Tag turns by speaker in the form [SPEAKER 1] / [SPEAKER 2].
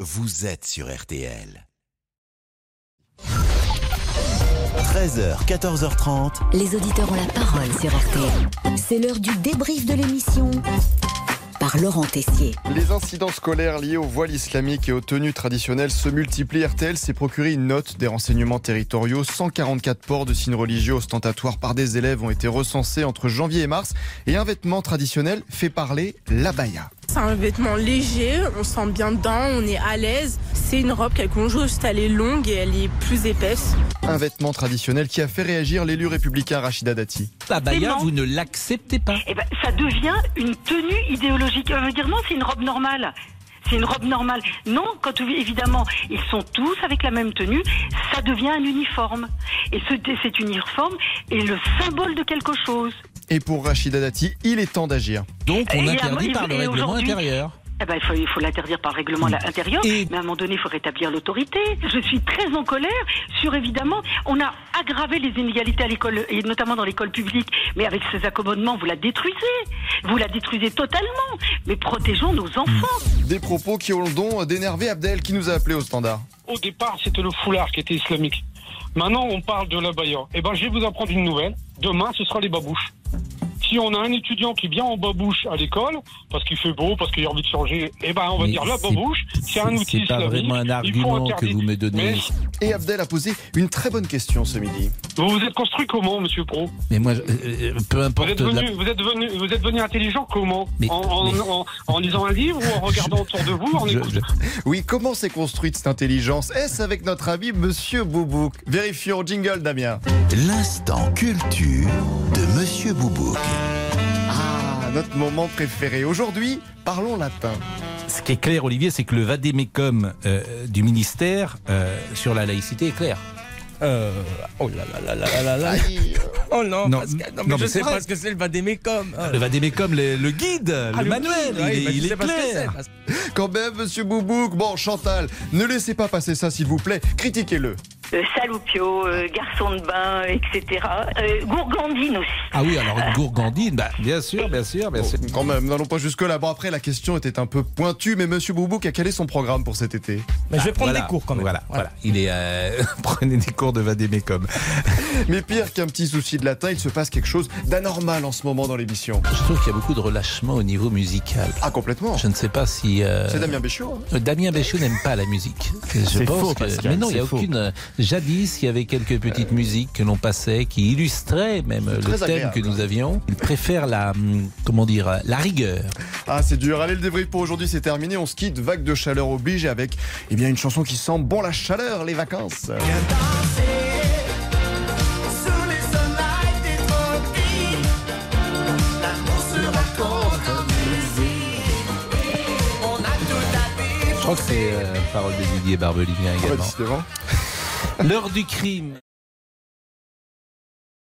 [SPEAKER 1] vous êtes sur RTL. 13h, 14h30.
[SPEAKER 2] Les auditeurs ont la parole sur RTL. C'est l'heure du débrief de l'émission par Laurent Tessier.
[SPEAKER 3] Les incidents scolaires liés aux voiles islamiques et aux tenues traditionnelles se multiplient. RTL s'est procuré une note des renseignements territoriaux. 144 ports de signes religieux ostentatoires par des élèves ont été recensés entre janvier et mars. Et un vêtement traditionnel fait parler l'abaya.
[SPEAKER 4] C'est un vêtement léger, on sent bien dedans, on est à l'aise. C'est une robe qu'elle conjoue, juste elle est longue et elle est plus épaisse.
[SPEAKER 3] Un vêtement traditionnel qui a fait réagir l'élu républicain Rachida Dati.
[SPEAKER 5] Abaya, Ah bah, vous ne l'acceptez pas.
[SPEAKER 6] Eh ben, ça devient une tenue idéologique. Ça veut dire non, c'est une robe normale. C'est une robe normale. Non, quand évidemment ils sont tous avec la même tenue, ça devient un uniforme. Et ce, cet uniforme est le symbole de quelque chose.
[SPEAKER 3] Et pour Rachida Dati, il est temps d'agir.
[SPEAKER 5] Donc on
[SPEAKER 6] Et
[SPEAKER 5] interdit
[SPEAKER 6] à-
[SPEAKER 5] par le
[SPEAKER 6] et
[SPEAKER 5] règlement
[SPEAKER 6] aujourd'hui-
[SPEAKER 5] intérieur.
[SPEAKER 6] Eh ben, il faut, il faut l'interdire par règlement la- intérieur,
[SPEAKER 5] Et-
[SPEAKER 6] mais à un moment donné, il faut rétablir l'autorité. Je suis très en colère sur, évidemment, on a aggravé les inégalités à l'école, et notamment dans l'école publique, mais avec ces accommodements, vous la détruisez. Vous la détruisez totalement. Mais protégeons nos enfants.
[SPEAKER 3] Des propos qui ont le don d'énerver Abdel qui nous a appelé au standard.
[SPEAKER 7] Au départ, c'était le foulard qui était islamique. Maintenant, on parle de l'abaya. Eh ben, je vais vous apprendre une nouvelle. Demain, ce sera les babouches. Si on a un étudiant qui vient en babouche à l'école, parce qu'il fait beau, parce qu'il a envie de changer, eh ben, on va
[SPEAKER 5] Mais
[SPEAKER 7] dire la
[SPEAKER 5] c'est-
[SPEAKER 7] babouche, c'est un outil
[SPEAKER 5] C'est pas
[SPEAKER 7] islamique.
[SPEAKER 5] vraiment un
[SPEAKER 7] Il faut
[SPEAKER 5] argument que
[SPEAKER 7] interdire.
[SPEAKER 5] vous me donnez.
[SPEAKER 7] Mais-
[SPEAKER 3] Et Abdel a posé une très bonne question ce midi.
[SPEAKER 7] Vous vous êtes construit comment, monsieur Pro
[SPEAKER 5] Mais moi, je- euh, euh, peu
[SPEAKER 7] vous
[SPEAKER 5] importe
[SPEAKER 7] êtes,
[SPEAKER 5] la
[SPEAKER 7] venu, vous, êtes venu, vous êtes venu intelligent comment
[SPEAKER 5] Mais-
[SPEAKER 7] en, en-
[SPEAKER 5] mais-
[SPEAKER 7] en- en lisant un livre ou en regardant autour de vous en
[SPEAKER 5] Je-
[SPEAKER 7] écoutant
[SPEAKER 5] je-
[SPEAKER 3] Oui, comment s'est construite cette intelligence Est-ce avec notre ami Monsieur Boubouk Vérifions, jingle Damien.
[SPEAKER 1] L'instant culture de Monsieur Boubouk.
[SPEAKER 3] Ah, notre moment préféré. Aujourd'hui, parlons latin.
[SPEAKER 5] Ce qui est clair, Olivier, c'est que le vadémécum euh, du ministère euh, sur la laïcité est clair.
[SPEAKER 8] Euh, oh là là là là là là là. Oh non,
[SPEAKER 5] Non,
[SPEAKER 8] Pascal, non,
[SPEAKER 5] non,
[SPEAKER 8] mais
[SPEAKER 5] mais
[SPEAKER 8] je
[SPEAKER 5] c'est
[SPEAKER 8] sais
[SPEAKER 5] vrai.
[SPEAKER 8] pas ce que c'est le vadémécum. Oh.
[SPEAKER 5] Le vadémécum, le, le guide,
[SPEAKER 8] Ah,
[SPEAKER 5] le manuel, il,
[SPEAKER 8] oui, bah,
[SPEAKER 5] est-
[SPEAKER 8] tu
[SPEAKER 5] il
[SPEAKER 8] sais
[SPEAKER 5] est
[SPEAKER 8] pas ce que c'est,
[SPEAKER 5] clair.
[SPEAKER 8] parce-
[SPEAKER 3] Quand même, Monsieur Boubouk. Bon, Chantal, ne laissez pas passer ça, s'il vous plaît. Critiquez-le.
[SPEAKER 6] Euh, salupio, euh, garçon de bain, etc. gourgandine aussi.
[SPEAKER 5] Ah oui, alors une gourgandine, bah, bien sûr, bien sûr, bien
[SPEAKER 3] Bon,
[SPEAKER 5] sûr.
[SPEAKER 3] quand même, n'allons pas jusque-là. Bon, après, la question était un peu pointue, mais Monsieur Boubouk a calé son programme pour cet été.
[SPEAKER 8] Mais je vais prendre
[SPEAKER 5] Voilà,
[SPEAKER 8] des cours quand même.
[SPEAKER 5] Voilà, voilà. Il est euh, prenez des cours de vadémécum.
[SPEAKER 3] Mais pire qu'un petit souci de latin, il se passe quelque chose d'anormal en ce moment dans l'émission.
[SPEAKER 5] Je trouve qu'il y a beaucoup de relâchement au niveau musical.
[SPEAKER 3] Ah, complètement.
[SPEAKER 5] Je ne sais pas si euh,
[SPEAKER 3] C'est Damien Béchiot. hein.
[SPEAKER 5] Damien Béchot n'aime pas la musique. Je
[SPEAKER 3] C'est
[SPEAKER 5] pense
[SPEAKER 3] faux,
[SPEAKER 5] que-
[SPEAKER 3] Pascal,
[SPEAKER 5] mais non, il n'y a
[SPEAKER 3] c'est faux.
[SPEAKER 5] aucune. euh, Jadis, il y avait quelques petites musiques que l'on passait qui illustraient même le
[SPEAKER 3] très
[SPEAKER 5] thème
[SPEAKER 3] agréable.
[SPEAKER 5] que nous avions. Il préfère la, hum, comment dire, la rigueur.
[SPEAKER 3] Ah, c'est dur. Allez, le débrief pour aujourd'hui, c'est terminé. On se quitte, vague de chaleur oblige, avec eh bien, une chanson qui sent bon la chaleur, les vacances.
[SPEAKER 5] Je crois que c'est euh, parole de Didier Barbelivien
[SPEAKER 3] Ah bah,
[SPEAKER 5] également.
[SPEAKER 3] décidément.
[SPEAKER 5] L'heure du crime.